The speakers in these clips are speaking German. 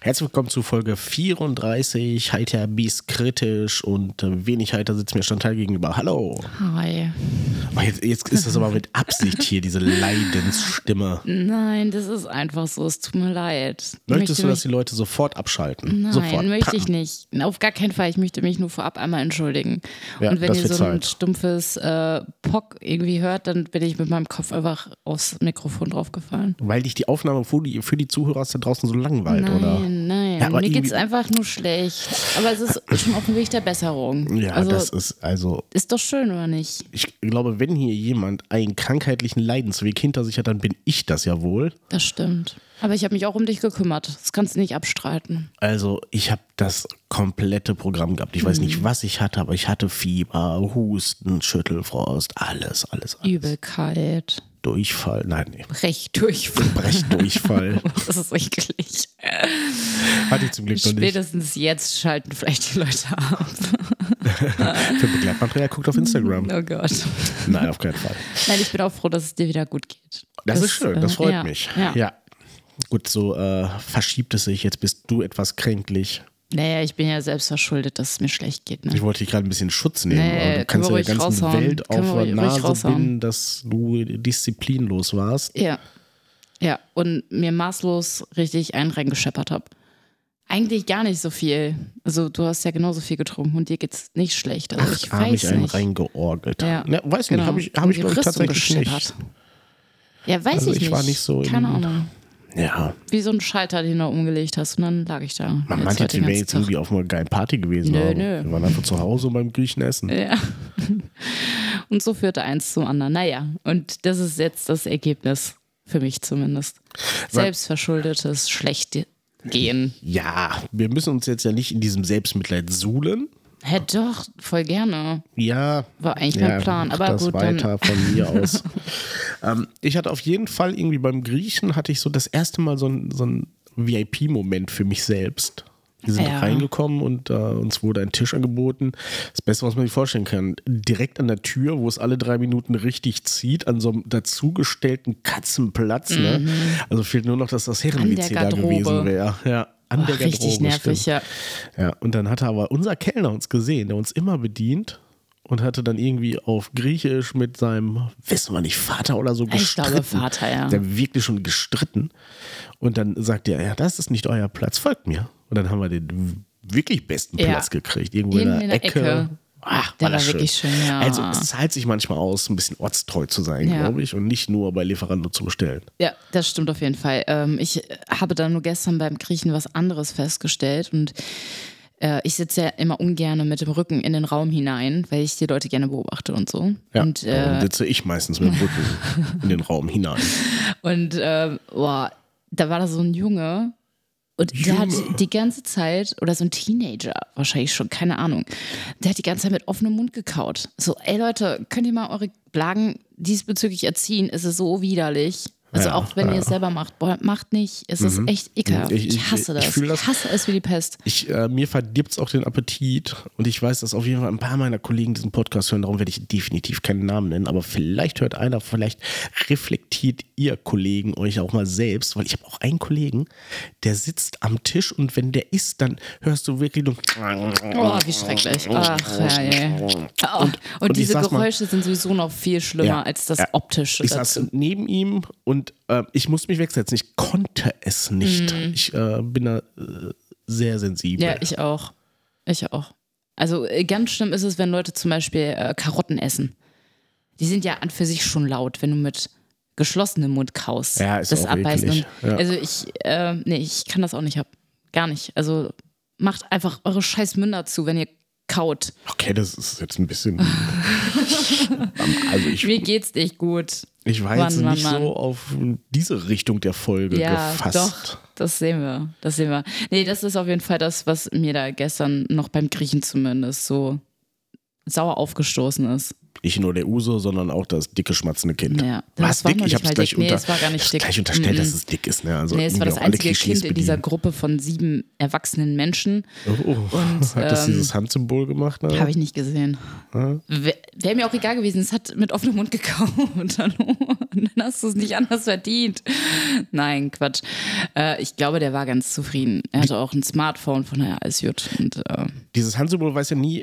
Herzlich willkommen zu Folge 34. Heiter Bies kritisch und äh, wenig heiter sitzt mir Chantal gegenüber. Hallo. Hi. Oh, jetzt, jetzt ist das aber mit Absicht hier, diese Leidensstimme. Nein, das ist einfach so. Es tut mir leid. Ich Möchtest du, möchte mich- dass die Leute sofort abschalten? Nein, sofort. möchte Pam. ich nicht. Auf gar keinen Fall. Ich möchte mich nur vorab einmal entschuldigen. Ja, Und wenn das ihr wird so ein Zeit. stumpfes äh, Pock irgendwie hört, dann bin ich mit meinem Kopf einfach aufs Mikrofon draufgefallen. Weil dich die Aufnahme für die, für die Zuhörer ist da draußen so langweilt, Nein, oder? nein. Ja, aber Mir geht's irgendwie- einfach nur schlecht. Aber es ist schon auf dem Weg der Besserung. Ja, also, das ist also. ist doch schön, oder nicht? Ich glaube, wenn hier jemand einen krankheitlichen Leidensweg hinter sich hat, dann bin ich das ja wohl. Das stimmt. Aber ich habe mich auch um dich gekümmert. Das kannst du nicht abstreiten. Also ich habe das komplette Programm gehabt. Ich weiß Mhm. nicht, was ich hatte, aber ich hatte Fieber, Husten, Schüttelfrost, alles, alles, alles. Übelkeit, Durchfall, nein, nee. recht durchfall. Brechdurchfall Das ist eklig. hatte ich zum Glück noch nicht. Spätestens jetzt schalten vielleicht die Leute ab. Für Begleitmaterial guckt auf Instagram. Oh Gott. Nein, auf keinen Fall. Nein, ich bin auch froh, dass es dir wieder gut geht. Das ist schön, das äh, freut ja, mich. Ja. Ja. Gut, so äh, verschiebt es sich. Jetzt bist du etwas kränklich. Naja, ich bin ja selbst verschuldet, dass es mir schlecht geht. Ne? Ich wollte dich gerade ein bisschen in Schutz nehmen. Nee, aber du kannst ja können wir der ganzen ruhig raushauen. Welt Können auf wir der ruhig Nase raushauen. binden, dass du disziplinlos warst. Ja. Ja, und mir maßlos richtig einen reingescheppert habe. Eigentlich gar nicht so viel. Also, du hast ja genauso viel getrunken und dir geht's nicht schlecht. Also, ich habe ich weiß einen nicht. reingeorgelt. Ja, Ne, weiß genau. nicht, habe ich, hab In ich die glaub ich, Rüstung tatsächlich nicht. gescheppert. Ja, weiß Also ich ich nicht. war nicht so in- Keine Ahnung. Ja, Wie so ein Schalter, den du umgelegt hast. Und dann lag ich da. man Jetzt meint heute jetzt, den wir wären ganzen jetzt Tag. irgendwie auf einer geilen Party gewesen. Nö, aber nö. Äh. Wir waren einfach zu Hause beim Griechen essen. Ja. Und so führte eins zum anderen. Naja, und das ist jetzt das Ergebnis, für mich zumindest. Selbstverschuldetes Schlechtgehen. Ja, wir müssen uns jetzt ja nicht in diesem Selbstmitleid suhlen. Hä, doch, voll gerne. Ja. War eigentlich ja, mein Plan, mach aber das gut, dann- weiter von mir aus. ähm, ich hatte auf jeden Fall irgendwie beim Griechen hatte ich so das erste Mal so einen so ein VIP-Moment für mich selbst. Wir sind Ja. reingekommen und äh, uns wurde ein Tisch angeboten. Das Beste, was man sich vorstellen kann, direkt an der Tür, wo es alle drei Minuten richtig zieht, an so einem dazugestellten Katzenplatz. Ne? Also fehlt nur noch, dass das Herren-WC da Mhm. Garderobe. gewesen wäre. Ja, an der Ach, Oh, richtig Garderobe, nervig, stimmt. ja. Ja, und dann hatte aber unser Kellner uns gesehen, der uns immer bedient und hatte dann irgendwie auf Griechisch mit seinem, wissen wir nicht, Vater oder so Ich glaube, gestritten. Vater, ja. Der wirklich schon gestritten. Und dann sagt er, ja, das ist nicht euer Platz, folgt mir. Und dann haben wir den wirklich besten Ja. Platz gekriegt, irgendwo in, der In der Ecke. Ecke. Ach, Der war das war wirklich schön, ja. Also es zahlt sich manchmal aus, ein bisschen ortstreu zu sein, Ja. glaube ich, und nicht nur bei Lieferando zu bestellen. Ja, das stimmt auf jeden Fall. Ähm, ich habe da nur gestern beim Griechen was anderes festgestellt und äh, ich sitze ja immer ungern mit dem Rücken in den Raum hinein, weil ich die Leute gerne beobachte und so. Ja, und, dann äh, sitze ich meistens mit dem Rücken in den Raum hinein. Und ähm, boah, da war da so ein Junge und der hat die ganze Zeit, oder so ein Teenager wahrscheinlich schon, keine Ahnung, der hat die ganze Zeit mit offenem Mund gekaut. So, ey Leute, könnt ihr mal eure Blagen diesbezüglich erziehen? Es ist so widerlich. Also Ja, Mhm. auch wenn ihr es selber macht, boah, macht nicht. Es ist echt ekelhaft. Ich- Ich, ich- hasse ich das. fühl Ich, das. hasse es wie die Pest. Ich, äh, mir verdirbt es auch den Appetit und ich weiß, dass auf jeden Fall ein paar meiner Kollegen diesen Podcast hören, darum werde ich definitiv keinen Namen nennen, aber vielleicht hört einer, vielleicht reflektiert ihr Kollegen euch auch mal selbst, weil ich habe auch einen Kollegen, der sitzt am Tisch und wenn der isst, dann hörst du wirklich nur Oh, wie schrecklich. Ach, ja, ja. Oh, und, oh, und ich diese sag's mal- Geräusche sind sowieso noch viel schlimmer Ja, als das ja. optische. Ich dazu. saß neben ihm und äh, ich musste mich wegsetzen. Ich konnte es nicht. Ich äh, bin da äh, sehr sensibel. Mhm. Ja, ich auch. Ich auch. Also äh, ganz schlimm ist es, wenn Leute zum Beispiel äh, Karotten essen. Die sind ja an für sich schon laut, wenn du mit geschlossenem Mund kaust. Ja, ist das auch Abbeißen. eklig. Und- Ja. Also ich, äh, nee, ich kann das auch nicht hab. Gar nicht. Also macht einfach eure scheiß Münder zu, wenn ihr kaut. okay, das ist jetzt ein bisschen. also ich Mir geht's nicht gut. Ich war Mann, jetzt Mann, nicht Mann. so auf diese Richtung der Folge Ja, gefasst. doch. Das sehen wir. Das sehen wir. Nee, das ist auf jeden Fall das, was mir da gestern noch beim Griechen zumindest so sauer aufgestoßen ist. Nicht nur der Uso, sondern auch das dicke, schmatzende Kind. Ja. Was Das war dick? noch Ich nicht habe mal es gleich, dick. Nee, unter, es war gar nicht dick. gleich unterstellt, Mhm. dass es dick ist. Ne? Also nee, es war irgendwie das auch alle einzige Klischees Kind in dieser bedienen. Gruppe von sieben erwachsenen Menschen. Oh, Und, hat das ähm, dieses Handsymbol gemacht? Ne? Habe ich nicht gesehen. Wäre mir auch egal gewesen. Es hat mit offenem Mund gekaut. Hallo. Und dann hast du es nicht anders verdient. Nein, Quatsch. Äh, ich glaube, der war ganz zufrieden. Er hatte auch ein Smartphone, von daher alles gut. Und, äh, Dieses Handsymbol weiß ja nie,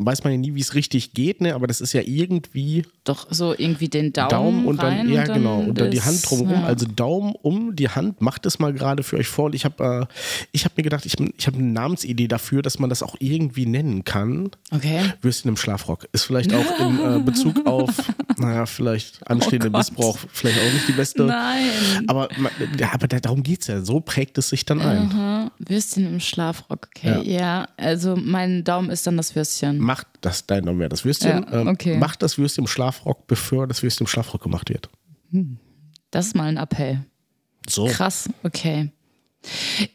weiß man ja nie, wie es richtig geht, ne? aber das ist ja irgendwie doch so irgendwie den Daumen, Daumen und rein. dann, ja genau, und dann die das- Hand drumherum, ja. also Daumen um die Hand, macht es mal gerade für euch vor. Und ich habe äh, ich hab mir gedacht, ich, ich habe eine Namensidee dafür, dass man das auch irgendwie nennen kann. Okay. Würstchen im Schlafrock ist vielleicht auch in äh, Bezug auf, naja, vielleicht anstehenden Oh Gott. Missbrauch, vielleicht auch nicht die beste. Nein. Aber, man- ja, aber da- darum geht es ja, so prägt es sich dann ein. Aha, Äh, Würstchen im Schlafrock, okay. Ja. also mein Daumen ist dann das Würstchen. Macht das, nein, noch mehr, das Würstchen, Ja, ähm, okay. macht das Würstchen im Schlafrock, bevor das Würstchen im Schlafrock gemacht wird. Das ist mal ein Appell. So. Krass, okay.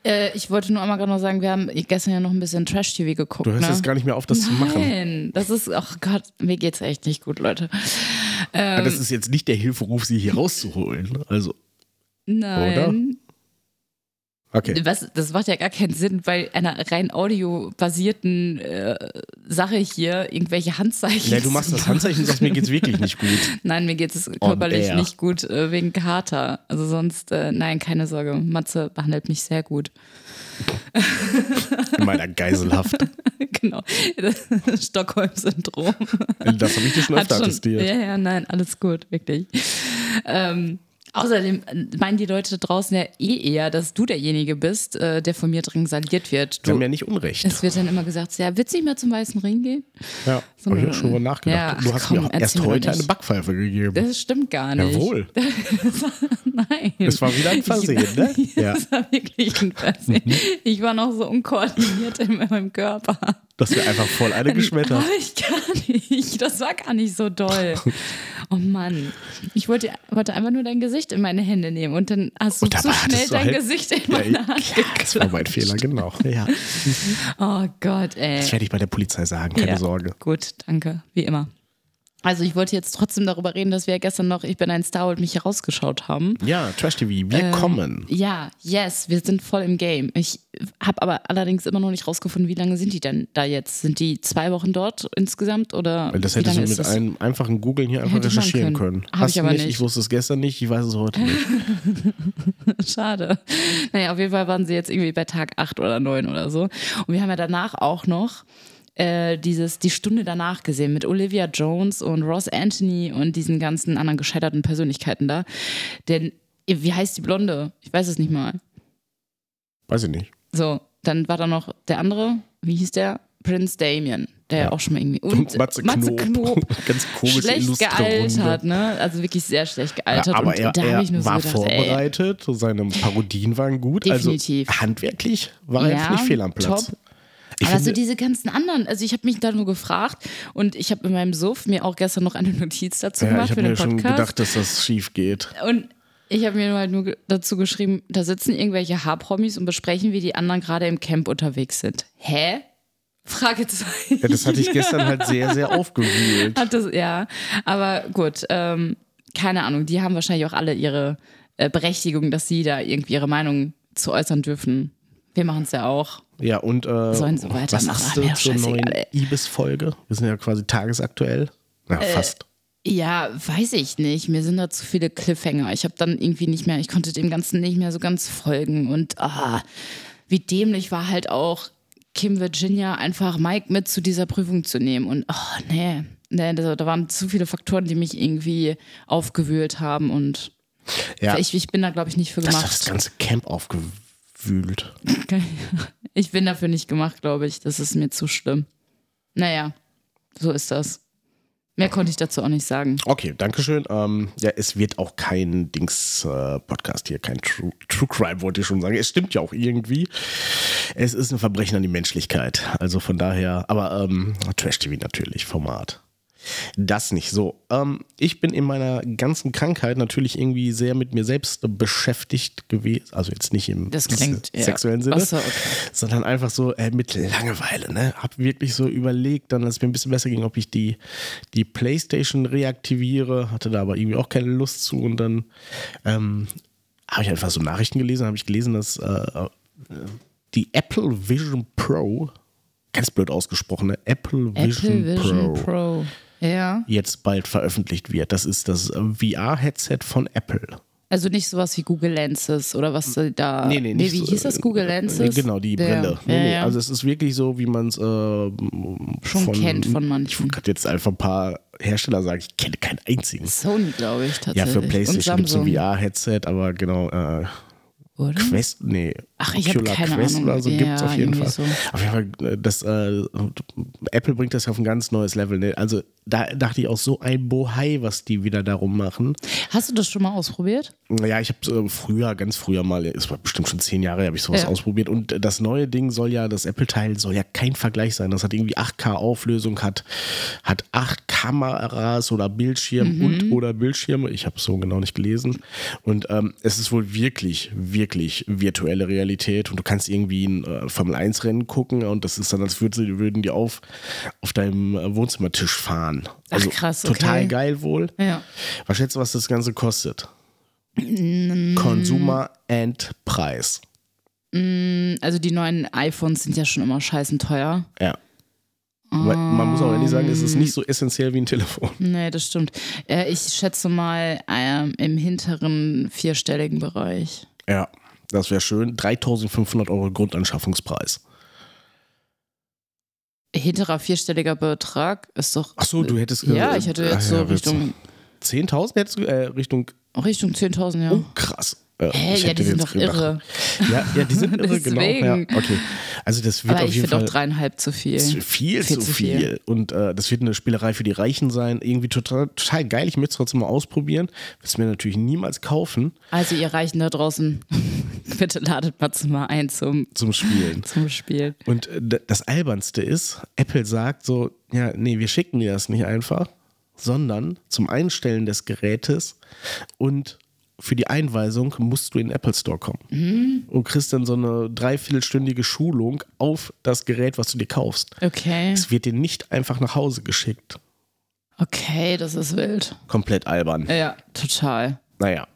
Äh, ich wollte nur einmal gerade noch sagen, wir haben gestern ja noch ein bisschen Trash-TV geguckt. Du hörst ne? jetzt gar nicht mehr auf, das zu machen. Nein, das ist, ach Gott, mir geht's echt nicht gut, Leute. Ah, Ähm, Das ist jetzt nicht der Hilferuf, sie hier rauszuholen. Also, Nein. okay. Was, das macht ja gar keinen Sinn, bei einer rein audiobasierten äh, Sache hier irgendwelche Handzeichen. Ja, du zu machst das machen. Handzeichen und sagst, mir geht's wirklich nicht gut. Nein, mir geht es körperlich air. nicht gut äh, wegen Kater. Also sonst, äh, nein, keine Sorge. Matze behandelt mich sehr gut. In meiner Geiselhaft. genau. Das Stockholm-Syndrom. Das habe ich dir schon öfter attestiert. ja, ja, nein, alles gut, wirklich. Ähm, außerdem meinen die Leute draußen ja eh eher, dass du derjenige bist, äh, der von mir drangsaliert wird. Die haben Du, ja nicht Unrecht. es wird dann immer gesagt, ja, willst du nicht mehr zum Weißen Ring gehen? Ja, so habe ich eine- auch schon drüber nachgedacht. Ja, du hast komm, mir auch erst erzähl mir doch heute nicht. Äh. eine Backpfeife gegeben. Das stimmt gar nicht. Jawohl. Nein. Es war wieder ein Versehen, ne? Ja, Mhm. Das war wirklich ein Versehen. Ich war noch so unkoordiniert in meinem Körper. dass wir einfach voll alle geschmettert. War ich gar nicht. Das war gar nicht so doll. Oh Mann. Ich wollte, wollte einfach nur dein Gesicht in meine Hände nehmen und dann hast du Und dabei zu schnell hattest du dein halt- Gesicht in Ja, meine ja, Hand das war mein geklatscht. Fehler, genau. Ja. Oh Gott, ey. Das werde ich bei der Polizei sagen, keine Ja. Sorge. Gut, danke. Wie immer. Also ich wollte jetzt trotzdem darüber reden, dass wir ja gestern noch Ich bin ein Star und mich herausgeschaut haben. Ja, Trash TV, wir Ähm, kommen. Ja, yes, wir sind voll im Game. Ich habe aber allerdings immer noch nicht rausgefunden, wie lange sind die denn da jetzt? Sind die zwei Wochen dort insgesamt oder? Weil das wie hättest lange du ist mit das? einem einfachen Googlen hier einfach Hätte ich machen recherchieren können. können. Hab Hast du ich aber Ich nicht. wusste es gestern nicht, ich weiß es heute nicht. Schade. Naja, auf jeden Fall waren sie jetzt irgendwie bei Tag 8 oder 9 oder so. Und wir haben ja danach auch noch äh, dieses, die Stunde danach gesehen mit Olivia Jones und Ross Anthony und diesen ganzen anderen gescheiterten Persönlichkeiten da. Denn, äh, wie heißt die Blonde? Ich weiß es nicht mal. Weiß ich nicht. So, dann war da noch der andere, wie hieß der? Prinz Damien, der ja, auch schon mal irgendwie. Und Matze Knob. Ganz komische, Schlecht illustre gealtert, Runde. ne? Also wirklich sehr schlecht Ja, gealtert. aber und er, da hab ich nur er so war gedacht, ey, vorbereitet, seine Parodien waren gut. Definitiv. Also handwerklich war er Ja, jetzt nicht fehl am Platz. top. Ich aber so finde, diese ganzen anderen, also ich habe mich da nur gefragt und ich habe in meinem Suff mir auch gestern noch eine Notiz dazu ja, gemacht ich habe für den mir schon Podcast. gedacht, dass das schief geht. Und ich habe mir nur halt nur ge- dazu geschrieben, da sitzen irgendwelche Haarpromis und besprechen, wie die anderen gerade im Camp unterwegs sind. Hä? Fragezeichen. Ja, das hatte ich gestern halt sehr, sehr aufgewühlt. Hat das, ja. Aber gut, ähm, keine Ahnung. Die haben wahrscheinlich auch alle ihre äh, Berechtigung, dass sie da irgendwie ihre Meinung zu äußern dürfen. Wir machen es ja auch. Ja, und äh, Sollen sie was weitermachen, hast du mir zur scheißegal, neuen ey. Äh, Ibis-Folge? Wir sind ja quasi tagesaktuell. Na, fast. Ja, weiß ich nicht. Mir sind da zu viele Cliffhanger. Ich habe dann irgendwie nicht mehr, ich konnte dem Ganzen nicht mehr so ganz folgen. Und ah, wie dämlich war halt auch Kim Virginia einfach Mike mit zu dieser Prüfung zu nehmen. Und oh, nee, nee, da da waren zu viele Faktoren, die mich irgendwie aufgewühlt haben. Und Ja, ich, ich bin da, glaube ich, nicht für das hat das gemacht. ganze Camp aufgewühlt. Ich bin dafür nicht gemacht, glaube ich. Das ist mir zu schlimm. Naja, so ist das. Mehr konnte ich dazu auch nicht sagen. Okay, Dankeschön. Ähm, ja, es wird auch kein Dings-Podcast hier, kein True, True Crime, wollte ich schon sagen. Es stimmt ja auch irgendwie. Es ist ein Verbrechen an die Menschlichkeit. Also von daher, aber ähm, Trash TV natürlich, Format. Das nicht so. Ähm, ich bin in meiner ganzen Krankheit natürlich irgendwie sehr mit mir selbst beschäftigt gewesen. Also jetzt nicht im Das klingt, se- ja. sexuellen Sinne, Ach so, okay. sondern einfach so äh, mit Langeweile. Ne? Hab wirklich so überlegt, dann, als es mir ein bisschen besser ging, ob ich die, die Playstation reaktiviere. Hatte da aber irgendwie auch keine Lust zu. Und dann ähm, habe ich einfach so Nachrichten gelesen. habe ich gelesen, dass äh, äh, die Apple Vision Pro, ganz blöd ausgesprochen, ne? Apple Vision, Apple Pro Vision Pro. Ja. jetzt bald veröffentlicht wird. Das ist das äh, VR-Headset von Apple. Also nicht sowas wie Google Lenses oder was sie da. Ah, wie so- hieß das? Google Lenses? Nee, genau, die Ja. Brille. Nee, nee, Ja, ja. Also es ist wirklich so, wie man es äh, schon kennt von manchen. Ich habe jetzt einfach ein paar Hersteller sagen, ich kenne keinen einzigen. Sony, glaube ich, Ja, tatsächlich. für Und PlayStation gibt es ein Samsung, VR-Headset, aber genau, äh, oder? Quest, nee, Ach, ich hab keine Quest Ahnung. oder so gibt es Ja, auf jeden irgendwie Fall. so. Auf jeden Fall, äh, das, äh, Apple bringt das ja auf ein ganz neues Level. Ne? Also da dachte ich auch so ein Bohai, was die wieder darum machen. Hast du das schon mal ausprobiert? Ja, ich habe äh, früher, ganz früher mal, es war bestimmt schon zehn Jahre, habe ich sowas Ja. ausprobiert. Und äh, das neue Ding soll ja, das Apple-Teil soll ja kein Vergleich sein. Das hat irgendwie 8K-Auflösung, hat, hat acht Kameras oder Bildschirm Mhm. und oder Bildschirme. Ich habe so genau nicht gelesen. Und ähm, es ist wohl wirklich, wirklich virtuelle Realität. Und du kannst irgendwie ein äh, Formel-1-Rennen gucken und das ist dann, als würden, sie- würden die auf, auf deinem äh, Wohnzimmertisch fahren. Also Ach, krass, okay. Total geil wohl. Ja. Was schätzt du, was das Ganze kostet? Mm. Consumer and Preis. Also die neuen iPhones sind ja schon immer scheißen teuer. Ja. Weil Man muss auch ehrlich sagen, es ist nicht so essentiell wie ein Telefon. Nee, das stimmt. Äh, ich schätze mal ähm, im hinteren vierstelligen Bereich. Ja, das wäre schön. 3500 Euro Grundanschaffungspreis. Hinterer vierstelliger Betrag ist doch. Ach so, du hättest. ja, äh, ich hätte äh, jetzt ja, so jetzt Richtung, 10.000 hättest du, äh, Richtung. Richtung 10.000, ja. Oh, krass. Äh, Hä, ich ja, hätte die sind jetzt doch irre. Ja, ja, die sind irre, genau. Ja, Deswegen. okay. Also, das wird Aber auf ich jeden finde auch Fall. dreieinhalb zu viel. Ist viel, Viel zu zu viel. viel. Und äh, das wird eine Spielerei für die Reichen sein. Irgendwie total, total geil. Ich möchte es trotzdem mal ausprobieren. Will es mir natürlich niemals kaufen Also ihr Reichen da draußen, bitte ladet Matzimmer ein zum, zum Spielen. zum Spiel. Und äh, d- das Albernste ist, Apple sagt so, ja, nee, wir schicken dir das nicht einfach, sondern zum Einstellen des Gerätes und für die Einweisung musst du in den Apple Store kommen und kriegst dann so eine dreiviertelstündige Schulung auf das Gerät, was du dir kaufst. Okay, Es wird dir nicht einfach nach Hause geschickt. okay, das ist wild. Komplett albern. Ja, total. Naja.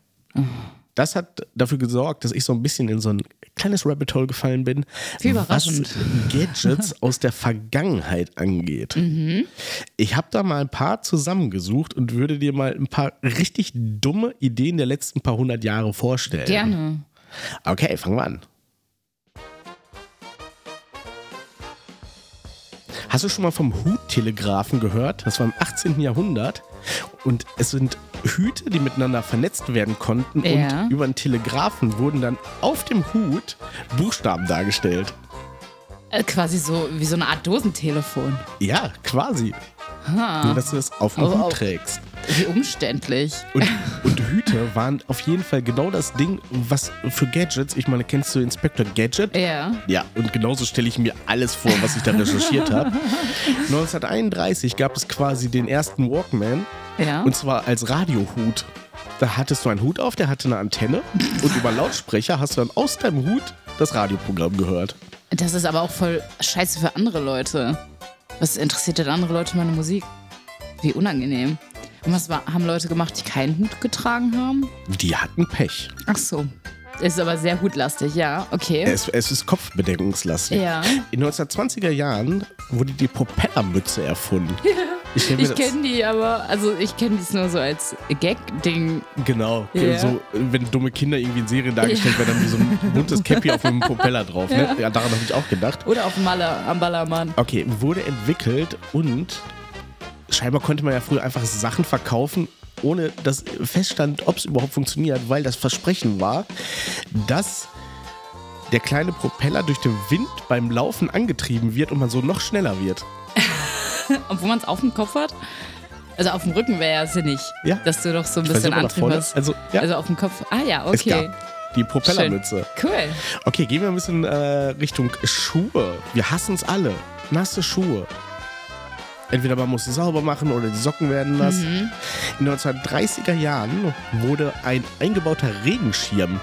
Das hat dafür gesorgt, dass ich so ein bisschen in so ein kleines Rabbit Hole gefallen bin, Wie überraschend. was Gadgets aus der Vergangenheit angeht. Mhm. Ich habe da mal ein paar zusammengesucht und würde dir mal ein paar richtig dumme Ideen der letzten paar hundert Jahre vorstellen. Gerne. Okay, fangen wir an. Hast du schon mal vom Huttelegrafen gehört? Das war im 18. Jahrhundert. Und es sind Hüte, die miteinander vernetzt werden konnten. Ja. Und über einen Telegrafen wurden dann auf dem Hut Buchstaben dargestellt. Äh, quasi so wie so eine Art Dosentelefon. Ja, quasi. Nur, dass du es auf dem Aber Hut auch- trägst. Wie umständlich. Und, und Hüte waren auf jeden Fall genau das Ding, was für Gadgets, ich meine, kennst du Inspector Gadget? Ja. Ja, und genauso stelle ich mir alles vor, was ich da recherchiert habe. 1931 gab es quasi den ersten Walkman Ja. und zwar als Radiohut. Da hattest du einen Hut auf, der hatte eine Antenne und über Lautsprecher hast du dann aus deinem Hut das Radioprogramm gehört. Das ist aber auch voll scheiße für andere Leute. Was interessiert denn andere Leute meine Musik? Wie unangenehm. Und was war, haben Leute gemacht, die keinen Hut getragen haben? Die hatten Pech. Ach so. Ist aber sehr hutlastig, ja. Okay. Es, es ist kopfbedeckungslastig. Ja. In 1920er Jahren wurde die Propellermütze erfunden. Ich, stell mir Ich das- kenne die, aber also ich kenne dies nur so als Gag-Ding. Genau, Ja. so, wenn dumme Kinder irgendwie in Serien dargestellt werden, haben die so ein buntes Cappy auf einem Propeller drauf. Ne? Ja, daran habe ich auch gedacht. Oder auf Malle am Ballermann. Okay, wurde entwickelt und scheinbar konnte man ja früher einfach Sachen verkaufen, ohne dass feststand, ob es überhaupt funktioniert, weil das Versprechen war, dass der kleine Propeller durch den Wind beim Laufen angetrieben wird und man so noch schneller wird. Obwohl man es auf dem Kopf hat. Also auf dem Rücken wäre ja sinnig, Ja. dass du doch so ein Ich bisschen versuch mal nach Antrieb vorne. hast. Also, ja. also auf dem Kopf. Ah ja, Es okay. gab die Schön. Propellermütze. Cool. Okay, gehen wir ein bisschen äh, Richtung Schuhe. Wir hassen es alle. Nasse Schuhe. Entweder man muss sie sauber machen oder die Socken werden nass. In den 1930er Jahren wurde ein eingebauter Regenschirm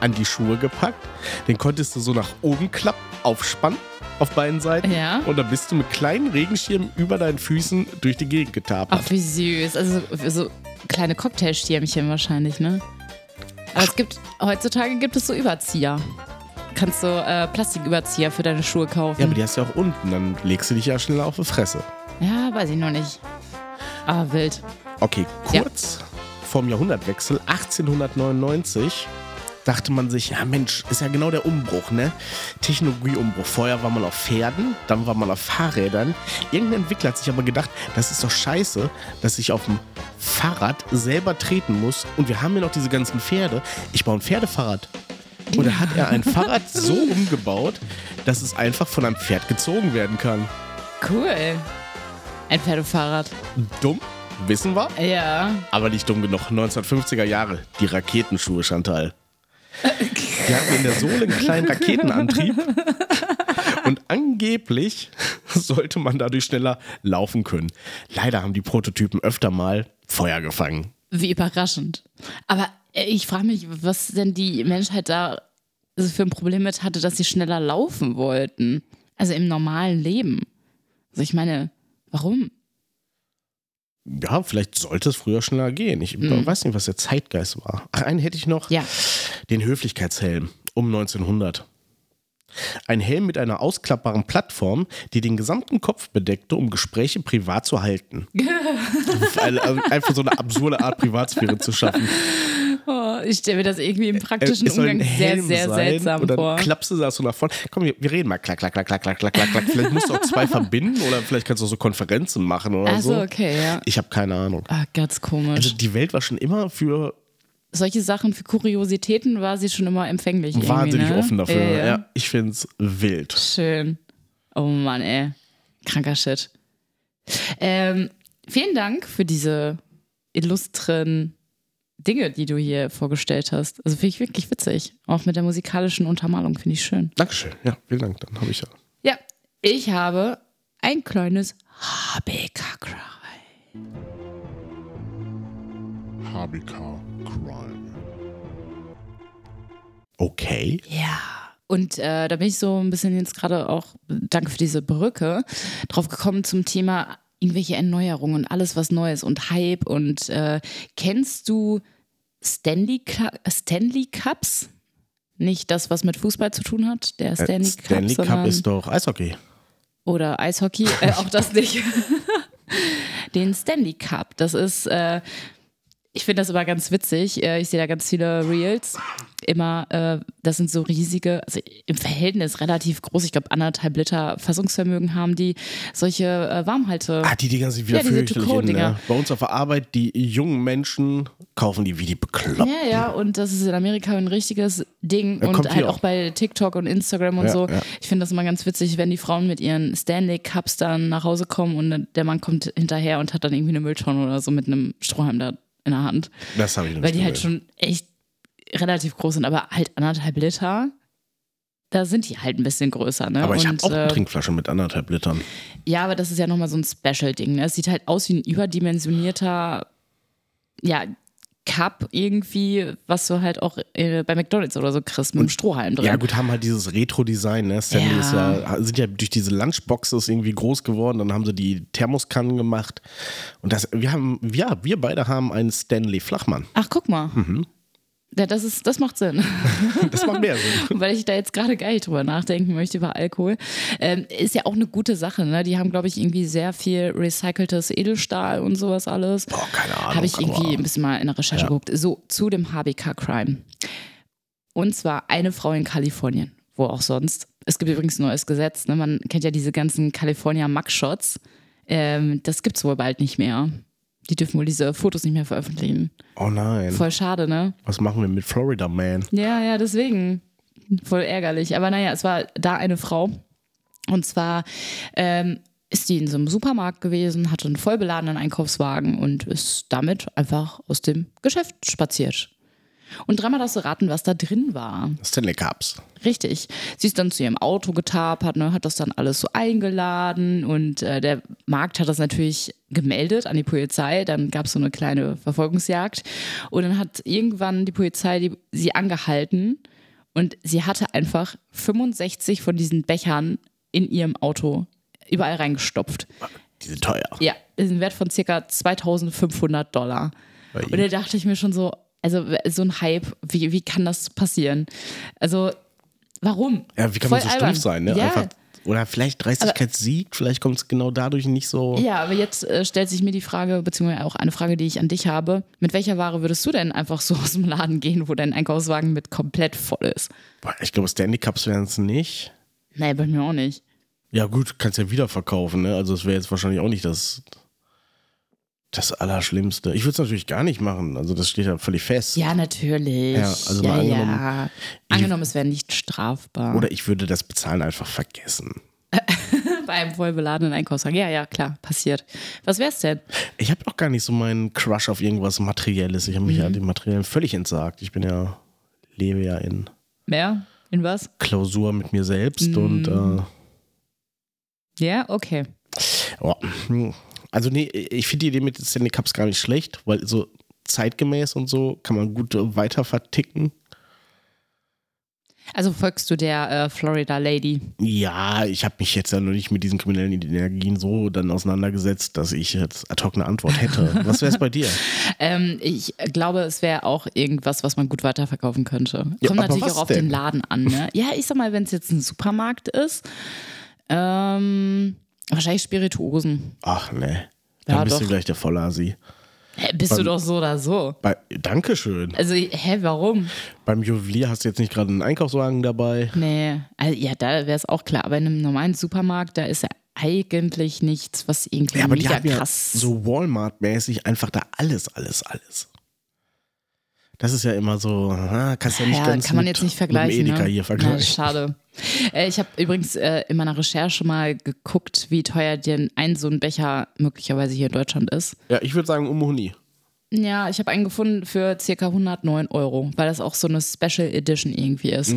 an die Schuhe gepackt. Den konntest du so nach oben klappen, aufspannen auf beiden Seiten. Ja. Und dann bist du mit kleinen Regenschirmen über deinen Füßen durch die Gegend getapert. Ach, wie süß. Also so kleine Cocktailstiermchen wahrscheinlich, ne? Aber es gibt, heutzutage gibt es so Überzieher. Kannst du äh, Plastiküberzieher für deine Schuhe kaufen? Ja, aber die hast du ja auch unten. Dann legst du dich ja schneller auf die Fresse. Ja, weiß ich noch nicht. Aber wild. Okay, Ja. kurz vorm Jahrhundertwechsel, 1899, dachte man sich, ja Mensch, ist ja genau der Umbruch, ne? Technologieumbruch. Vorher war man auf Pferden, dann war man auf Fahrrädern. Irgendein Entwickler hat sich aber gedacht, das ist doch scheiße, dass ich auf dem Fahrrad selber treten muss. Und wir haben ja noch diese ganzen Pferde. Ich baue ein Pferdefahrrad. Und da hat er ein Fahrrad so umgebaut, dass es einfach von einem Pferd gezogen werden kann. Cool. Ein Pferdefahrrad. Dumm, wissen wir. Ja. Aber nicht dumm genug. 1950er Jahre. Die Raketenschuhe, Chantal. Die hatten in der Sohle einen kleinen Raketenantrieb. Und angeblich sollte man dadurch schneller laufen können. Leider haben die Prototypen öfter mal Feuer gefangen. Wie überraschend. Aber äh, ich frage mich, was denn die Menschheit da so für ein Problem mit hatte, dass sie schneller laufen wollten. Also im normalen Leben. Also ich meine, warum? Ja, vielleicht sollte es früher schneller gehen. Ich weiß nicht, was der Zeitgeist war. Ach, einen hätte ich noch. Mhm. Ja. Den Höflichkeitshelm um 1900. Ein Helm mit einer ausklappbaren Plattform, die den gesamten Kopf bedeckte, um Gespräche privat zu halten. Weil, also einfach so eine absurde Art, Privatsphäre zu schaffen. Oh, ich stelle mir das irgendwie im Äh, Es praktischen soll ein Umgang sehr, Helm sehr sein seltsam und dann vor. klappst du das so nach vorne. Komm, wir, wir reden mal. Klack, klack, klack, klack, klack, klack, klack. Vielleicht musst du auch zwei verbinden oder vielleicht kannst du auch so Konferenzen machen oder Ach so, so. okay, ja. Ich habe keine Ahnung. Ah, ganz Also komisch. die Welt war schon immer für Solche Sachen für Kuriositäten war sie schon immer empfänglich. irgendwie, wahnsinnig ne? offen dafür. Ja, ja. Ja, ich find's wild. Schön. Oh Mann, ey. Kranker Shit. Ähm, vielen Dank für diese illustren Dinge, die du hier vorgestellt hast. Also finde ich wirklich witzig. Auch mit der musikalischen Untermalung finde ich schön. Dankeschön. Ja, vielen Dank. Dann habe ich ja. Ja, ich habe ein kleines HBK Cry. HBK Crime. Okay. Ja. Und äh, da bin ich so ein bisschen jetzt gerade auch, danke für diese Brücke, drauf gekommen zum Thema irgendwelche Erneuerungen und alles, was Neues und Hype. Und äh, kennst du Stanley, Cu- Stanley Cups? Nicht das, was mit Fußball zu tun hat, der Äh, Stanley, Stanley Cup, Cup, sondern, Ah, ist doch Eishockey. oder Eishockey, äh, auch das nicht. Den Stanley Cup, das ist, äh, ich finde das immer ganz witzig. Äh, ich sehe da ganz viele Reels. Immer, äh, das sind so riesige, also im Verhältnis relativ groß. Ich glaube, anderthalb Liter Fassungsvermögen haben die solche äh, Warmhalte. Ah, die Dinger sind wieder Ja, diese fürchterlich. In, Trikot-Dinger. ne? Bei uns auf der Arbeit, die jungen Menschen kaufen die wie die bekloppt. Ja, ja, und das ist in Amerika ein richtiges Ding Ja, kommt und halt hier auch auch. bei TikTok und Instagram und Ja, so. ja. Ich finde das immer ganz witzig, wenn die Frauen mit ihren Stanley Cups dann nach Hause kommen und dann- der Mann kommt hinterher und hat dann irgendwie eine Mülltonne oder so mit einem Strohhalm da in der Hand. Das habe ich noch Weil nicht die halt gesehen. schon echt relativ groß sind, aber halt anderthalb Liter. Da sind die halt ein bisschen größer, ne? Aber ich habe Und, auch eine äh, Trinkflasche mit anderthalb Litern. ja, aber das ist ja nochmal so ein Special-Ding. Ne? Es sieht halt aus wie ein überdimensionierter, ja, Cup irgendwie, was du halt auch äh, bei McDonalds oder so kriegst, mit einem Strohhalm drin. Ja, gut, haben halt dieses Retro-Design. Ne? Stanley Ja. Ist ja, sind ja durch diese Lunchboxes irgendwie groß geworden. Dann haben sie die Thermoskannen gemacht. Und das, wir haben, ja, wir beide haben einen Stanley Flachmann. Ach, guck mal. Mhm. Ja, das, ist, das macht Sinn. Das macht mehr Sinn. weil ich da jetzt gerade gar nicht drüber nachdenken möchte über Alkohol. Ähm, ist ja auch eine gute Sache. Ne? Die haben, glaube ich, irgendwie sehr viel recyceltes Edelstahl und sowas alles. Boah, keine Ahnung. Habe ich irgendwie aber- ein bisschen mal in der Recherche Ja. geguckt. So, zu dem HBK-Crime. Und zwar eine Frau in Kalifornien, wo auch sonst. Es gibt übrigens ein neues Gesetz. Ne? Man kennt ja diese ganzen California-Mugshots. Ähm, das gibt es wohl bald nicht mehr. Die dürfen wohl diese Fotos nicht mehr veröffentlichen. Oh nein. Voll schade, ne? Was machen wir mit Florida Man? Ja, ja, deswegen. Voll ärgerlich. Aber naja, es war da eine Frau. Und zwar ähm, ist die in so einem Supermarkt gewesen, hatte einen voll beladenen Einkaufswagen und ist damit einfach aus dem Geschäft spaziert. Und dreimal darfst du raten, was da drin war. Stanley Cups. Richtig. Sie ist dann zu ihrem Auto getapert, ne, hat das dann alles so eingeladen und äh, der Markt hat das natürlich gemeldet an die Polizei. Dann gab es so eine kleine Verfolgungsjagd und dann hat irgendwann die Polizei die, sie angehalten und sie hatte einfach 65 von diesen Bechern in ihrem Auto überall reingestopft. Die sind teuer. Ja, das ist ein Wert von circa 2500 Dollar. Ui. Und da dachte ich mir schon so, also so ein Hype, wie, wie kann das passieren? Also, warum? Ja, wie kann Voll man so albern. stumpf sein, ne? Ja. Einfach, oder vielleicht Dreistigkeitssieg, vielleicht kommt es genau dadurch nicht so. Ja, aber jetzt äh, stellt sich mir die Frage, beziehungsweise auch eine Frage, die ich an dich habe. Mit welcher Ware würdest du denn einfach so aus dem Laden gehen, wo dein Einkaufswagen mit komplett voll ist? Boah, Ich glaube, Stanley Cups wären es nicht. Nee, bei mir auch nicht. Ja, gut, kannst ja wieder verkaufen, ne? Also, es wäre jetzt wahrscheinlich auch nicht das, das Allerschlimmste. Ich würde es natürlich gar nicht machen. Also, das steht ja völlig fest. Ja, natürlich. Ja, also mal ja, angenommen, ja. angenommen, es wäre nicht strafbar. Oder ich würde das Bezahlen einfach vergessen. bei einem voll beladenen Einkaufswagen. Ja, ja, klar, passiert. Was wär's denn? Ich habe auch gar nicht so meinen Crush auf irgendwas Materielles. Ich habe mich ja dem Materiellen völlig entsagt. Ich bin ja, lebe ja in Mehr? In was? Klausur mit mir selbst und äh, Ja, okay. Ja. hm. Also nee, ich finde die Idee mit den Stanley Cups gar nicht schlecht, weil so zeitgemäß und so kann man gut äh, weiter verticken. Also folgst du der äh, Florida Lady? Ja, ich habe mich jetzt ja noch nicht mit diesen kriminellen Energien so dann auseinandergesetzt, dass ich jetzt ad hoc eine Antwort hätte. Was wäre es bei dir? Ähm, ich glaube, es wäre auch irgendwas, was man gut weiterverkaufen könnte. Ja, Kommt aber natürlich was auch auf denn? den Laden an. Ne? Ja, ich sag mal, wenn es jetzt ein Supermarkt ist, ähm, wahrscheinlich Spirituosen. Ach nee, dann Ja, bist du doch. gleich der Vollasi. Hä, bist du doch so oder so. Bei, Dankeschön. Also, hä, warum? Beim Juwelier hast du jetzt nicht gerade einen Einkaufswagen dabei. Nee, also, ja, da wäre es auch klar. Aber in einem normalen Supermarkt, da ist ja eigentlich nichts, was irgendwie Ja, aber die mega haben ja krass. so Walmart-mäßig einfach da alles, alles, alles. Das ist ja immer so, ah, kannst ja nicht ja, ganz kann man mit, jetzt nicht mit dem vergleichen. Edeka ne? hier vergleichen. Na, schade. Äh, ich habe übrigens äh, in meiner Recherche mal geguckt, wie teuer denn ein so ein Becher möglicherweise hier in Deutschland ist. Ja, ich würde sagen um Huni. Ja, ich habe einen gefunden für circa 109 Euro, weil das auch so eine Special Edition irgendwie ist.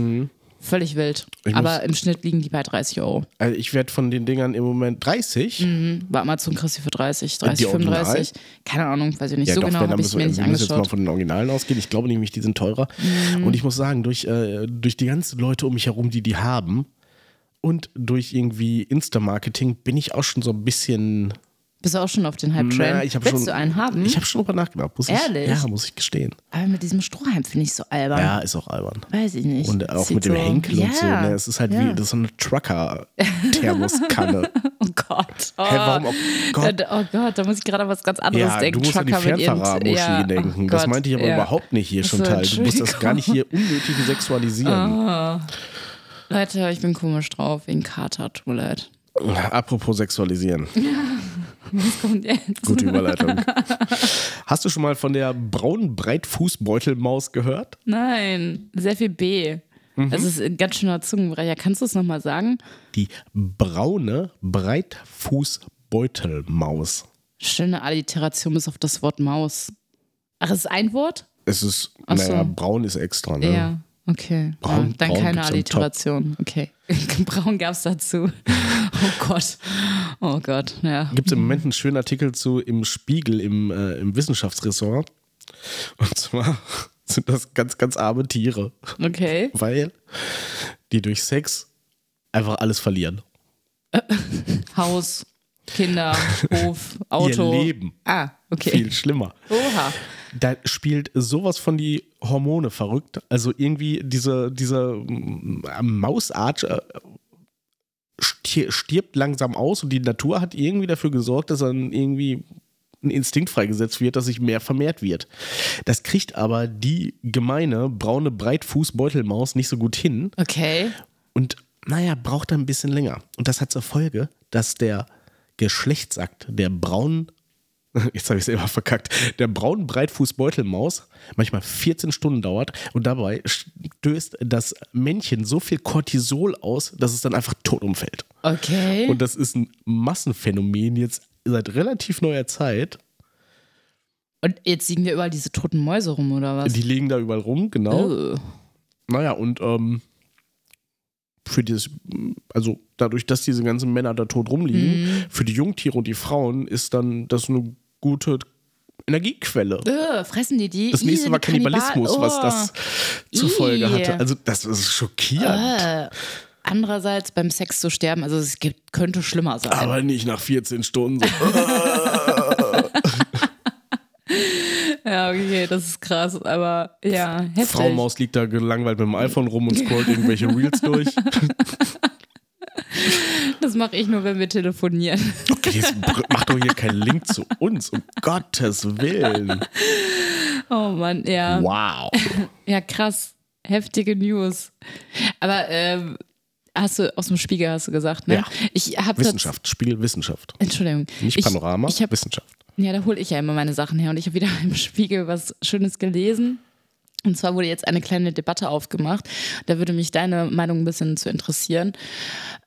Völlig wild. Mhm. Ich muss- Aber im Schnitt liegen die bei 30 Euro. Also ich werde von den Dingern im Moment Mhm. 30. War Amazon kriegst du für 30, 30, Äh, Die Original? 35. Keine Ahnung, weiß ich nicht. Ja, so doch, genau wenn, dann habe ich müssen mir wir, nicht wir müssen jetzt mal angeschaut. Mhm. von den Originalen ausgehen. Ich glaube nämlich, die sind teurer. Und ich muss sagen, durch, äh, durch die ganzen Leute um mich herum, die die haben und durch irgendwie Insta-Marketing bin ich auch schon so ein bisschen. Bist du auch schon auf den Hype-Train? Na, ich hab Willst schon- du einen haben? Ich habe schon drüber nachgedacht. Muss Hm? Ehrlich? Ich, ja, muss ich gestehen. Aber mit diesem Strohhalm finde ich so albern. Ja, ist auch albern. Weiß ich nicht. Und auch Sieht mit dem so- Henkel ja. und so. Ne? Es ist halt wie ja. das ist so eine Trucker-Thermoskanne. Oh Gott. Oh, Hä, warum auch- Gott. Äh, oh Gott, da muss ich gerade an was ganz anderes ja, denken. du musst Trucker an die mit ihren- Fernfahrer-Moschee ja, denken. oh das Gott, meinte ich aber ja. überhaupt nicht hier schon Ach so, Oh. teil. Du musst das gar nicht hier unnötig sexualisieren. Leute, ich bin komisch drauf wegen Kater. Tut mir leid. Apropos sexualisieren. Was kommt jetzt? Gute Überleitung. Hast du schon mal von der braunen Breitfußbeutelmaus gehört? Nein, sehr viel B. Mhm. Das ist ein ganz schöner Zungenbrecher. Kannst du es nochmal sagen? Die braune Breitfußbeutelmaus. Schöne Alliteration bis auf das Wort Maus. Ach, ist es ein Wort? Es ist, Ach so. naja, braun ist extra, ne? Ja. Okay. Braun- ja, dann Braun keine gibt's am Alliteration. Okay. Braun gab es dazu. Oh Gott. Oh Gott. Ja. gibt es im Moment einen schönen Artikel zu im Spiegel im, äh, im Wissenschaftsressort. Und zwar sind das ganz, ganz arme Tiere, Okay. weil die durch Sex einfach alles verlieren. Haus, Kinder, Hof, Auto. Ihr Leben. Ah, okay. Viel schlimmer. Oha. Da spielt sowas von die Hormone verrückt. Also irgendwie diese, diese mm, Mausart äh, stir- stirbt langsam aus und die Natur hat irgendwie dafür gesorgt, dass dann irgendwie ein Instinkt freigesetzt wird, dass sich mehr vermehrt wird. Das kriegt aber die gemeine braune Breitfußbeutelmaus nicht so gut hin Okay. und naja, braucht dann ein bisschen länger. Und das hat zur Folge, dass der Geschlechtsakt der braunen, jetzt habe ich es immer verkackt, der braunen Breitfußbeutelmaus manchmal 14 Stunden dauert und dabei stößt das Männchen so viel Cortisol aus, dass es dann einfach tot umfällt. Okay. Und das ist ein Massenphänomen jetzt seit relativ neuer Zeit. Und jetzt liegen ja überall diese toten Mäuse rum, oder was? Die liegen da überall rum, genau. Ugh. Naja, und ähm, für dieses, also dadurch, dass diese ganzen Männer da tot rumliegen, Mhm. für die Jungtiere und die Frauen ist dann das eine gute Energiequelle. Ugh, fressen die die? Das nächste Ih, war die Kannibalen. Kannibalismus, was Oh. das zur Folge Ih. hatte. Also, das ist schockierend. Äh, Andererseits beim Sex zu sterben, also es gibt, könnte schlimmer sein. Aber nicht nach 14 Stunden. So. ja, okay, das ist krass, aber ja, heftig. Frau Maus liegt da gelangweilt mit dem iPhone rum und scrollt irgendwelche Reels durch. Das mache ich nur, wenn wir telefonieren. Okay, jetzt br- mach doch hier keinen Link zu uns, um Gottes Willen. Oh Mann, ja. Wow. Ja, krass. Heftige News. Aber ähm, hast du aus dem Spiegel hast du gesagt, ne? Ja. Ich hab Wissenschaft, Spiegel Wissenschaft. Tats Entschuldigung. Nicht ich, Panorama, Ich hab, Wissenschaft. ja, da hole ich ja immer meine Sachen her und ich habe wieder im Spiegel was Schönes gelesen. Und zwar wurde jetzt eine kleine Debatte aufgemacht. Da würde mich deine Meinung ein bisschen zu interessieren.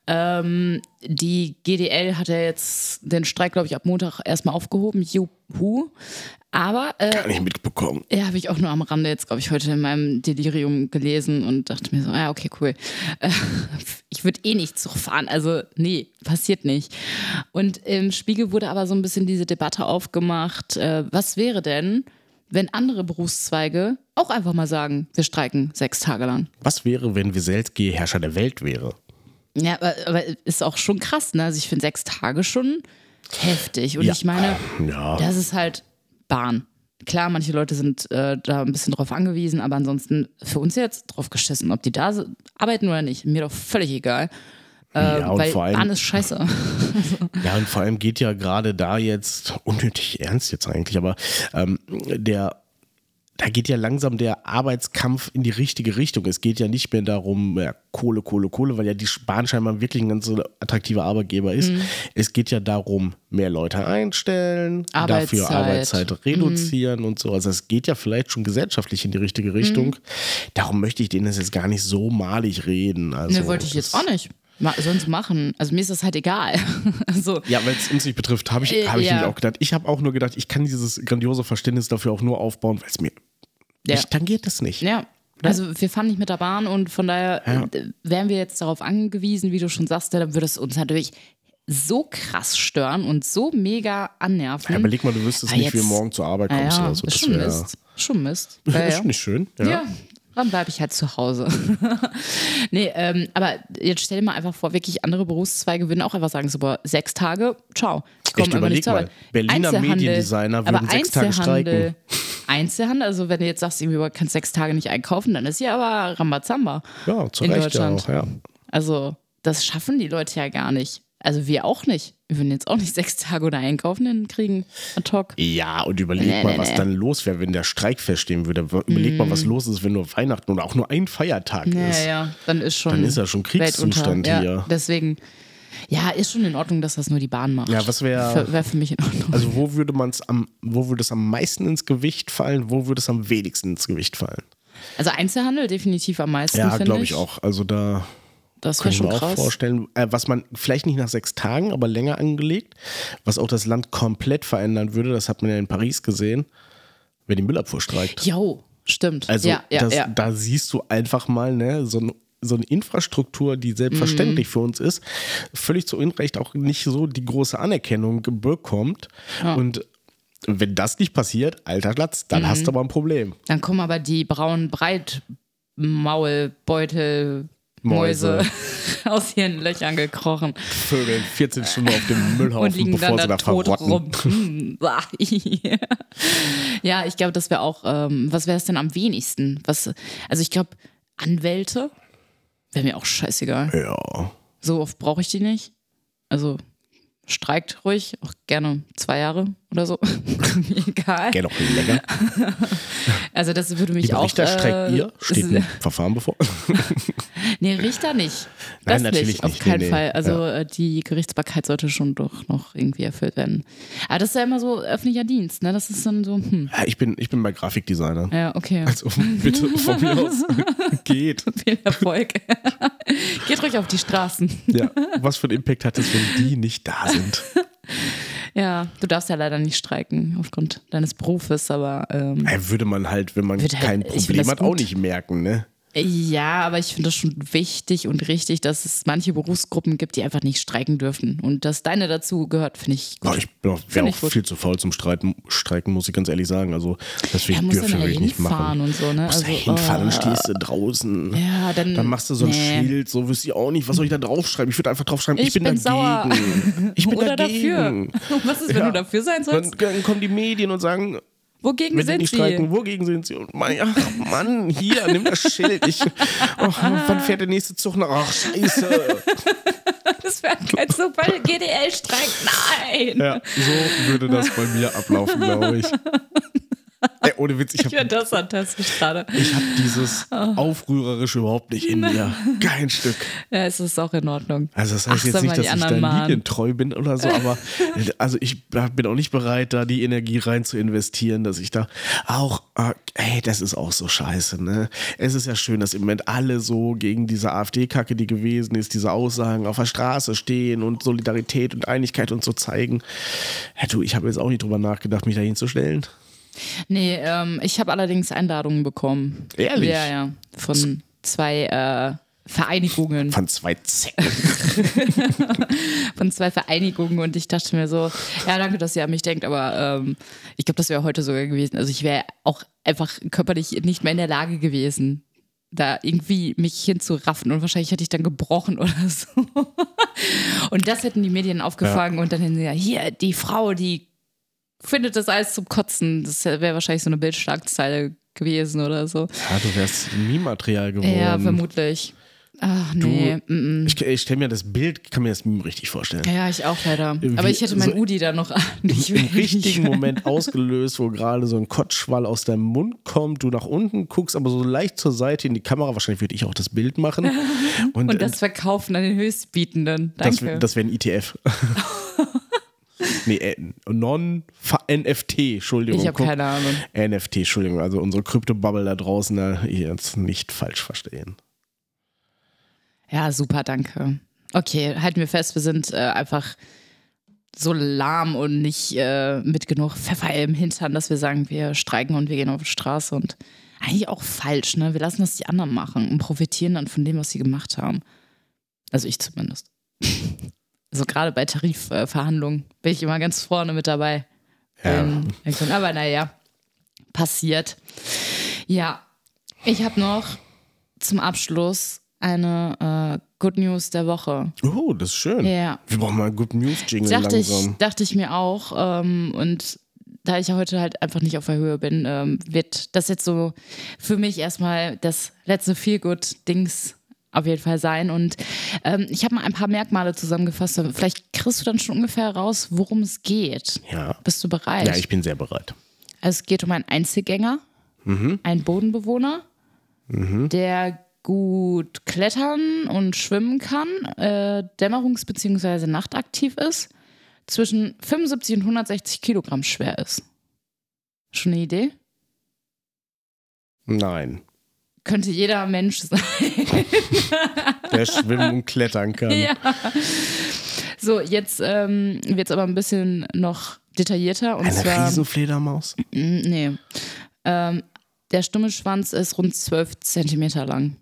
Ähm, die GDL hat ja jetzt den Streik, glaube ich, ab Montag erstmal aufgehoben. Juhu. Aber äh, Gar nicht mitbekommen. ja, habe ich auch nur am Rande jetzt, glaube ich, heute in meinem Delirium gelesen und dachte mir so, ja, okay, cool. Äh, Ich würde eh nicht Zug fahren, also nee, passiert nicht. Und im Spiegel wurde aber so ein bisschen diese Debatte aufgemacht, äh, was wäre denn, wenn andere Berufszweige auch einfach mal sagen, wir streiken sechs Tage lang. Was wäre, wenn Weselski Herrscher der Welt wäre? Ja, aber, aber ist auch schon krass, ne? Also ich finde sechs Tage schon heftig. Und Ja. ich meine, Ja. Das ist halt Bahn. Klar, manche Leute sind äh, da ein bisschen drauf angewiesen, aber ansonsten für uns jetzt drauf geschissen, ob die da si- arbeiten oder nicht. Mir doch völlig egal. Äh, Ja, und weil vor allem- Also, Bahn ist scheiße. Ja, und vor allem geht ja gerade da jetzt, unnötig ernst jetzt eigentlich, aber ähm, der, da geht ja langsam der Arbeitskampf in die richtige Richtung. Es geht ja nicht mehr darum, ja, Kohle, Kohle, Kohle, weil ja die Bahn scheinbar wirklich ein ganz so attraktiver Arbeitgeber ist. Mhm. Es geht ja darum, mehr Leute einstellen, dafür Arbeitszeit. Mhm. Arbeitszeit reduzieren und so. Also es geht ja vielleicht schon gesellschaftlich in die richtige Richtung. Mhm. Darum möchte ich denen das jetzt gar nicht so malig reden. Also ne, wollte ich das- jetzt auch nicht. Ma sonst machen. Also mir ist das halt egal. Also, so. Ja, weil es uns nicht betrifft, habe ich, Äh, hab ich ja. nämlich auch gedacht. Ich habe auch nur gedacht, ich kann dieses grandiose Verständnis dafür auch nur aufbauen, weil es mir Ja. nicht tangiert das nicht. ja. Also wir fahren nicht mit der Bahn und von daher äh, wären wir jetzt darauf angewiesen, wie du schon sagst, dann würde es uns natürlich so krass stören und so mega annerven. Ja, überleg mal, du wüsstest Ah, nicht, wie du jetzt- morgen zur Arbeit Ah kommst ja, oder so. Ist Das schon wär, Mist. Schon Mist. Ja, ja. ist nicht schön. Ja. ja. dann bleibe ich halt zu Hause. nee, ähm, aber jetzt stell dir mal einfach vor, wirklich andere Berufszweige würden auch einfach sagen, so, boah, sechs Tage, ciao. Ich Echt, komme einfach überleg nicht zur mal. Arbeit. Berliner Einzelhandel, Mediendesigner aber würden sechs Tage Einzelhandel- Einzelhandel, also wenn du jetzt sagst, irgendwie, boah, kannst sechs Tage nicht einkaufen, dann ist ja aber Rambazamba. Ja, zu In Recht ja Deutschland. auch. Ja. Also, das schaffen die Leute ja gar nicht. Also wir auch nicht. Wir würden jetzt auch nicht sechs Tage oder einkaufen hinkriegen. Ad hoc. ja, und überleg Nee, mal, nee, was nee. Mhm. dann los wäre, wenn der Streik feststehen würde. Überleg mal, was los ist, wenn nur Weihnachten oder auch nur ein Feiertag ist. Ja, ja, dann ist schon. Dann ist ja schon Kriegszustand Weltunter- ja, hier. Deswegen, ja, ist schon in Ordnung, dass das nur die Bahn macht. Ja, was wär- Für- wär für mich in Ordnung. Also wo würde man es am, wo würde es am meisten ins Gewicht fallen, wo würde es am wenigsten ins Gewicht fallen? Also Einzelhandel definitiv am meisten. Ja, finde glaube ich auch. Also da Das wäre Können schon wir auch krass. vorstellen, äh, was man vielleicht nicht nach sechs Tagen, aber länger angelegt, was auch das Land komplett verändern würde, das hat man ja in Paris gesehen, wenn die Müllabfuhr streikt. Jo, stimmt. Also ja, ja, das, ja. da siehst du einfach mal ne, so, ein, so eine Infrastruktur, die Mhm. selbstverständlich für uns ist, völlig zu Unrecht auch nicht so die große Anerkennung ge- bekommt. Und wenn das nicht passiert, alter Platz, dann Mhm. hast du aber ein Problem. Dann kommen aber die braunen Breitmaulbeutelmäuse Mäuse. aus ihren Löchern gekrochen Vögeln 14 Stunden auf dem Müllhaufen, und liegen bevor dann sie da da tot verrotten. rum. Hm, bah, i. ja, ich glaube, das wäre auch, ähm, was wäre es denn am wenigsten? Was, also ich glaube, Anwälte wäre mir auch scheißegal. Ja. So oft brauche ich die nicht. Also streikt ruhig, auch gerne zwei Jahre oder so. Mir Egal. Gell, doch länger. Also das würde mich Lieber auch. Richter, streckt äh, ihr? Steht ein Verfahren bevor? Nee, Richter nicht. Das natürlich nicht, auf nicht. keinen Nee, nee. Fall. Also äh, die Gerichtsbarkeit sollte schon doch noch irgendwie erfüllt werden. Aber das ist ja immer so öffentlicher Dienst, ne? Das ist dann so, hm. Ja, Äh, Ich bin, ich bin bei Grafikdesigner. Ja, okay. Also bitte von mir aus. Geht. Viel Erfolg. Geht ruhig auf die Straßen. Ja. Was für einen Impact hat es, wenn die nicht da sind? Ja, du darfst ja leider nicht streiken aufgrund deines Berufes, aber ähm, Äh, Würde man halt, wenn man Wird halt- kein ich find Problem das hat, auch gut. nicht merken, ne? ja, aber ich finde das schon wichtig und richtig, dass es manche Berufsgruppen gibt, die einfach nicht streiken dürfen. Und dass deine dazu gehört, finde ich gut. Aber ich bin auch, wär Find auch ich gut. viel zu faul zum Streiten, Streiken, muss ich ganz ehrlich sagen. Also Ja, deswegen muss dann dürfen ja wir ich nicht hinfahren machen. und so, ne? Musst da Also, hinfahren, oh. dann stehst du draußen. Ja, dann- machst du so ein nee. Schild, so wüsste ich auch nicht, was soll ich da draufschreiben? Ich würde einfach draufschreiben, ich, Ich bin sauer. dagegen. Ich bin Oder dagegen. dafür. Und was ist, wenn Ja. du dafür sein Dann, sollst? dann kommen die Medien und sagen, Wogegen wenn sie sind nicht sie? streiken, wogegen sind sie? Und mein, ach Mann, hier, nimm das Schild. Ich, oh, wann fährt der nächste Zug nach? Ach, scheiße. Das wäre kein Zufall. GDL streikt. Nein. Ja, so würde das bei mir ablaufen, glaube ich. Ey, ohne Witz, ich Ich finde habe das fantastisch gerade. ich hab dieses Ah. Aufrührerische überhaupt nicht in mir. Kein Stück. Ja, es ist auch in Ordnung. Also das heißt Ach, jetzt sag nicht, mal, dass die ich anderen da waren. linientreu bin oder so, aber also ich bin auch nicht bereit, da die Energie rein zu investieren, dass ich da auch, äh, hey, das ist auch so scheiße, ne? Es ist ja schön, dass im Moment alle so gegen diese AfD-Kacke, die gewesen ist, diese Aussagen auf der Straße stehen und Solidarität und Einigkeit und so zeigen. Ja, du, ich habe jetzt auch nicht drüber nachgedacht, mich da hinzustellen. Nee, ähm, ich habe allerdings Einladungen bekommen. Ehrlich? Ja, ja. Von zwei äh, Vereinigungen. Von zwei Zecken. Von zwei Vereinigungen. Und ich dachte mir so, ja, danke, dass ihr an mich denkt, aber ähm, ich glaube, das wäre heute sogar gewesen. Also ich wäre auch einfach körperlich nicht mehr in der Lage gewesen, da irgendwie mich hinzuraffen. Und wahrscheinlich hätte ich dann gebrochen oder so. Und das hätten die Medien aufgefangen und dann hätten sie ja, hier, die Frau, die findet das alles zum Kotzen. Das wäre wahrscheinlich so eine Bildschlagzeile gewesen oder so. Ja, du wärst Meme-Material geworden. Ja, vermutlich. Ach nee. mm, mm. Ich, ich stelle mir das Bild, kann mir das Meme richtig vorstellen. Ja, ich auch leider. Aber Wie- ich hätte meinen so- Udi da noch nicht im richtigen Moment ausgelöst, wo gerade so ein Kotzschwall aus deinem Mund kommt, du nach unten guckst, aber so leicht zur Seite in die Kamera. Wahrscheinlich würde ich auch das Bild machen. Und, Und äh, das verkaufen an den Höchstbietenden. das, Danke. das wäre ein ETF. nee, äh, Non-NFT, Entschuldigung. Ich hab guck. keine Ahnung. NFT, Entschuldigung. Also unsere Krypto-Bubble da draußen, da jetzt nicht falsch verstehen. ja, super, danke. Okay, halten wir fest, wir sind äh, einfach so lahm und nicht äh, mit genug Pfeffer im Hintern, dass wir sagen, wir streiken und wir gehen auf die Straße und eigentlich auch falsch, ne? Wir lassen das die anderen machen und profitieren dann von dem, was sie gemacht haben. Also ich zumindest. also gerade bei Tarifverhandlungen bin ich immer ganz vorne mit dabei. Ja. Ähm, aber naja, passiert. Ja, ich habe noch zum Abschluss eine äh, Good News der Woche. Oh, das ist schön. Ja. Wir brauchen mal einen Good News-Jingle Dachte ich, langsam. dachte ich mir auch. Ähm, und da ich ja heute halt einfach nicht auf der Höhe bin, ähm, wird das jetzt so für mich erstmal das letzte Feel-Good-Dings auf jeden Fall sein. Und ähm, ich habe mal ein paar Merkmale zusammengefasst. Vielleicht kriegst du dann schon ungefähr raus, worum es geht. Ja. Bist du bereit? Ja, ich bin sehr bereit. Also es geht um einen Einzelgänger, einen Bodenbewohner, der gut klettern und schwimmen kann, äh, dämmerungs- bzw. nachtaktiv ist, zwischen 75 und 160 Kilogramm schwer ist. Schon eine Idee? Nein. Könnte jeder Mensch sein. Der schwimmen und klettern kann. ja. So, jetzt ähm, wird es aber ein bisschen noch detaillierter. Und Eine zwar, Riesenfledermaus? Mm, Nee. Ähm, der Stummelschwanz ist rund 12 Zentimeter lang.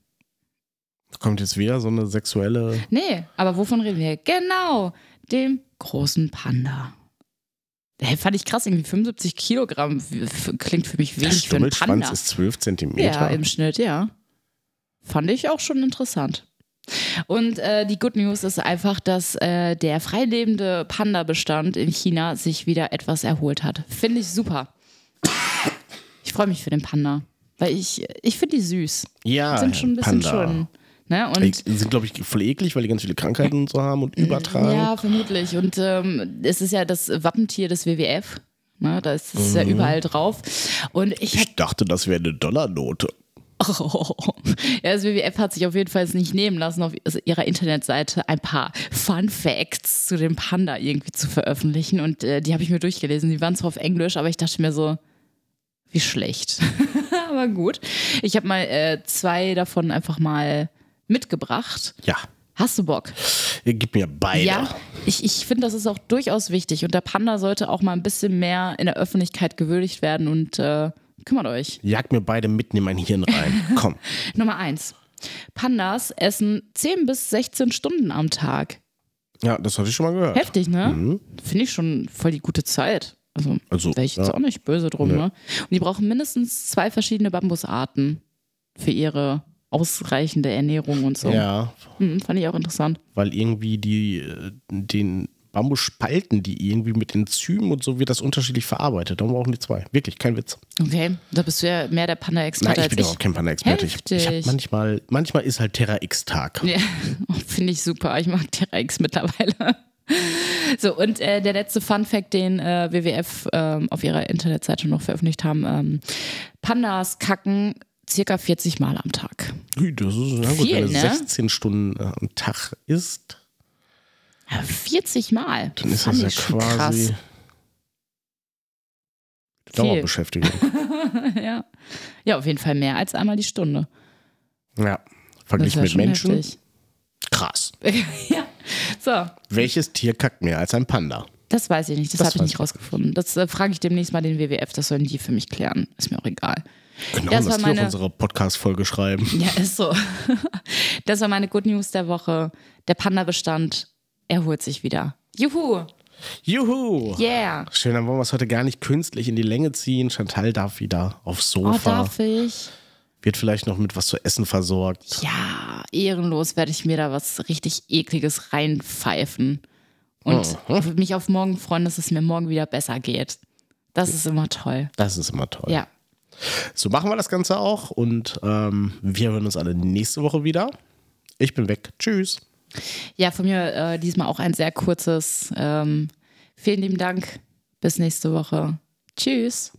Kommt jetzt wieder so eine sexuelle. Nee, aber wovon reden wir? Genau, dem großen Panda. Hey, fand ich krass, irgendwie 75 Kilogramm w- f- klingt für mich Der wenig für einen Stummelschwanz Panda. ist 12 ja, Zentimeter. im Schnitt, ja. Fand ich auch schon interessant. Und äh, die Good News ist einfach, dass äh, der freilebende Panda-Bestand in China sich wieder etwas erholt hat. Finde ich super. Ich freue mich für den Panda, weil ich, ich finde die süß. ja, Sind schon ein bisschen Ah, Panda. schon. Ne? Und Die sind, glaube ich, voll eklig, weil die ganz viele Krankheiten und so haben und übertragen. Äh, Ja, vermutlich. Und ähm, es ist ja das Wappentier des WWF. Ne, da ist es ja überall drauf. Und ich Ich dachte, das wäre eine Dollarnote. Oh. Ja, das WWF hat sich auf jeden Fall nicht nehmen lassen, auf ihrer Internetseite ein paar Fun Facts zu dem Panda irgendwie zu veröffentlichen. Und äh, die habe ich mir durchgelesen. Die waren zwar auf Englisch, aber ich dachte mir so, wie schlecht. aber gut. Ich habe mal äh, zwei davon einfach mal mitgebracht. Ja. äh, Hast du Bock? Gib mir beide. Ja, ich, ich finde, das ist auch durchaus wichtig und der Panda sollte auch mal ein bisschen mehr in der Öffentlichkeit gewürdigt werden und äh, kümmert euch. Jag mir beide mitten in mein Hirn rein. Komm. Nummer eins. Pandas essen 10 bis 16 Stunden am Tag. Ja, das hatte ich schon mal gehört. Heftig, ne? Finde ich schon voll die gute Zeit. Also, Mhm. Also, wäre ich jetzt ja. auch nicht böse drum, ne? Und die brauchen mindestens zwei verschiedene Bambusarten für ihre ausreichende Ernährung und so. Ja, Mhm, fand ich auch interessant. weil irgendwie die äh, den Bambus spalten die irgendwie mit Enzymen und so wird das unterschiedlich verarbeitet. Darum brauchen die zwei. Wirklich, kein Witz. Okay, da bist du ja mehr der Nein, Panda-Experte ich als bin ich. überhaupt kein Panda-Experte. Ich, ich hab Heftig. manchmal, manchmal ist halt Terra X-Tag. Ja, finde ich super. Ich mag T-Rex mittlerweile. So, und äh, der letzte Fun-Fact, den äh, WWF ähm, auf ihrer Internetseite noch veröffentlicht haben: ähm, Pandas kacken circa 40 Mal am Tag. Ui, Das ist na gut, Viel, wenn ne? es 16 Stunden äh, am Tag ist, Ja, 40 Mal. dann ist Fand das ja ich schon quasi Dauerbeschäftigung. Krass. ja. ja, auf jeden Fall mehr als einmal die Stunde. ja. Das ist Verglichen ja mit schon Menschen. heftig. Krass. ja. So, Welches Tier kackt mehr als ein Panda? das weiß ich nicht. Das, Das habe ich weiß nicht ich rausgefunden. Das äh, frage ich demnächst mal den WWF. Das sollen die für mich klären. Ist mir auch egal. Genau, Das das, war die meine- auf unsere Podcast-Folge schreiben. Ja, ist so. Das war meine Good News der Woche. Der Panda-Bestand erholt sich wieder. Juhu! Juhu! Yeah! Schön, dann wollen wir es heute gar nicht künstlich in die Länge ziehen. Chantal darf wieder aufs Oh, Sofa. darf ich? wird vielleicht noch mit was zu essen versorgt. Ja, ehrenlos werde ich mir da was richtig Ekliges reinpfeifen. Und mich auf morgen freuen, dass es mir morgen wieder besser geht. Das ist immer toll. Das ist immer toll. Ja. So machen wir das Ganze auch und ähm, wir hören uns alle nächste Woche wieder. Ich bin weg. Tschüss. Ja, von mir äh, diesmal auch ein sehr kurzes. Ähm, vielen lieben Dank. Bis nächste Woche. Tschüss.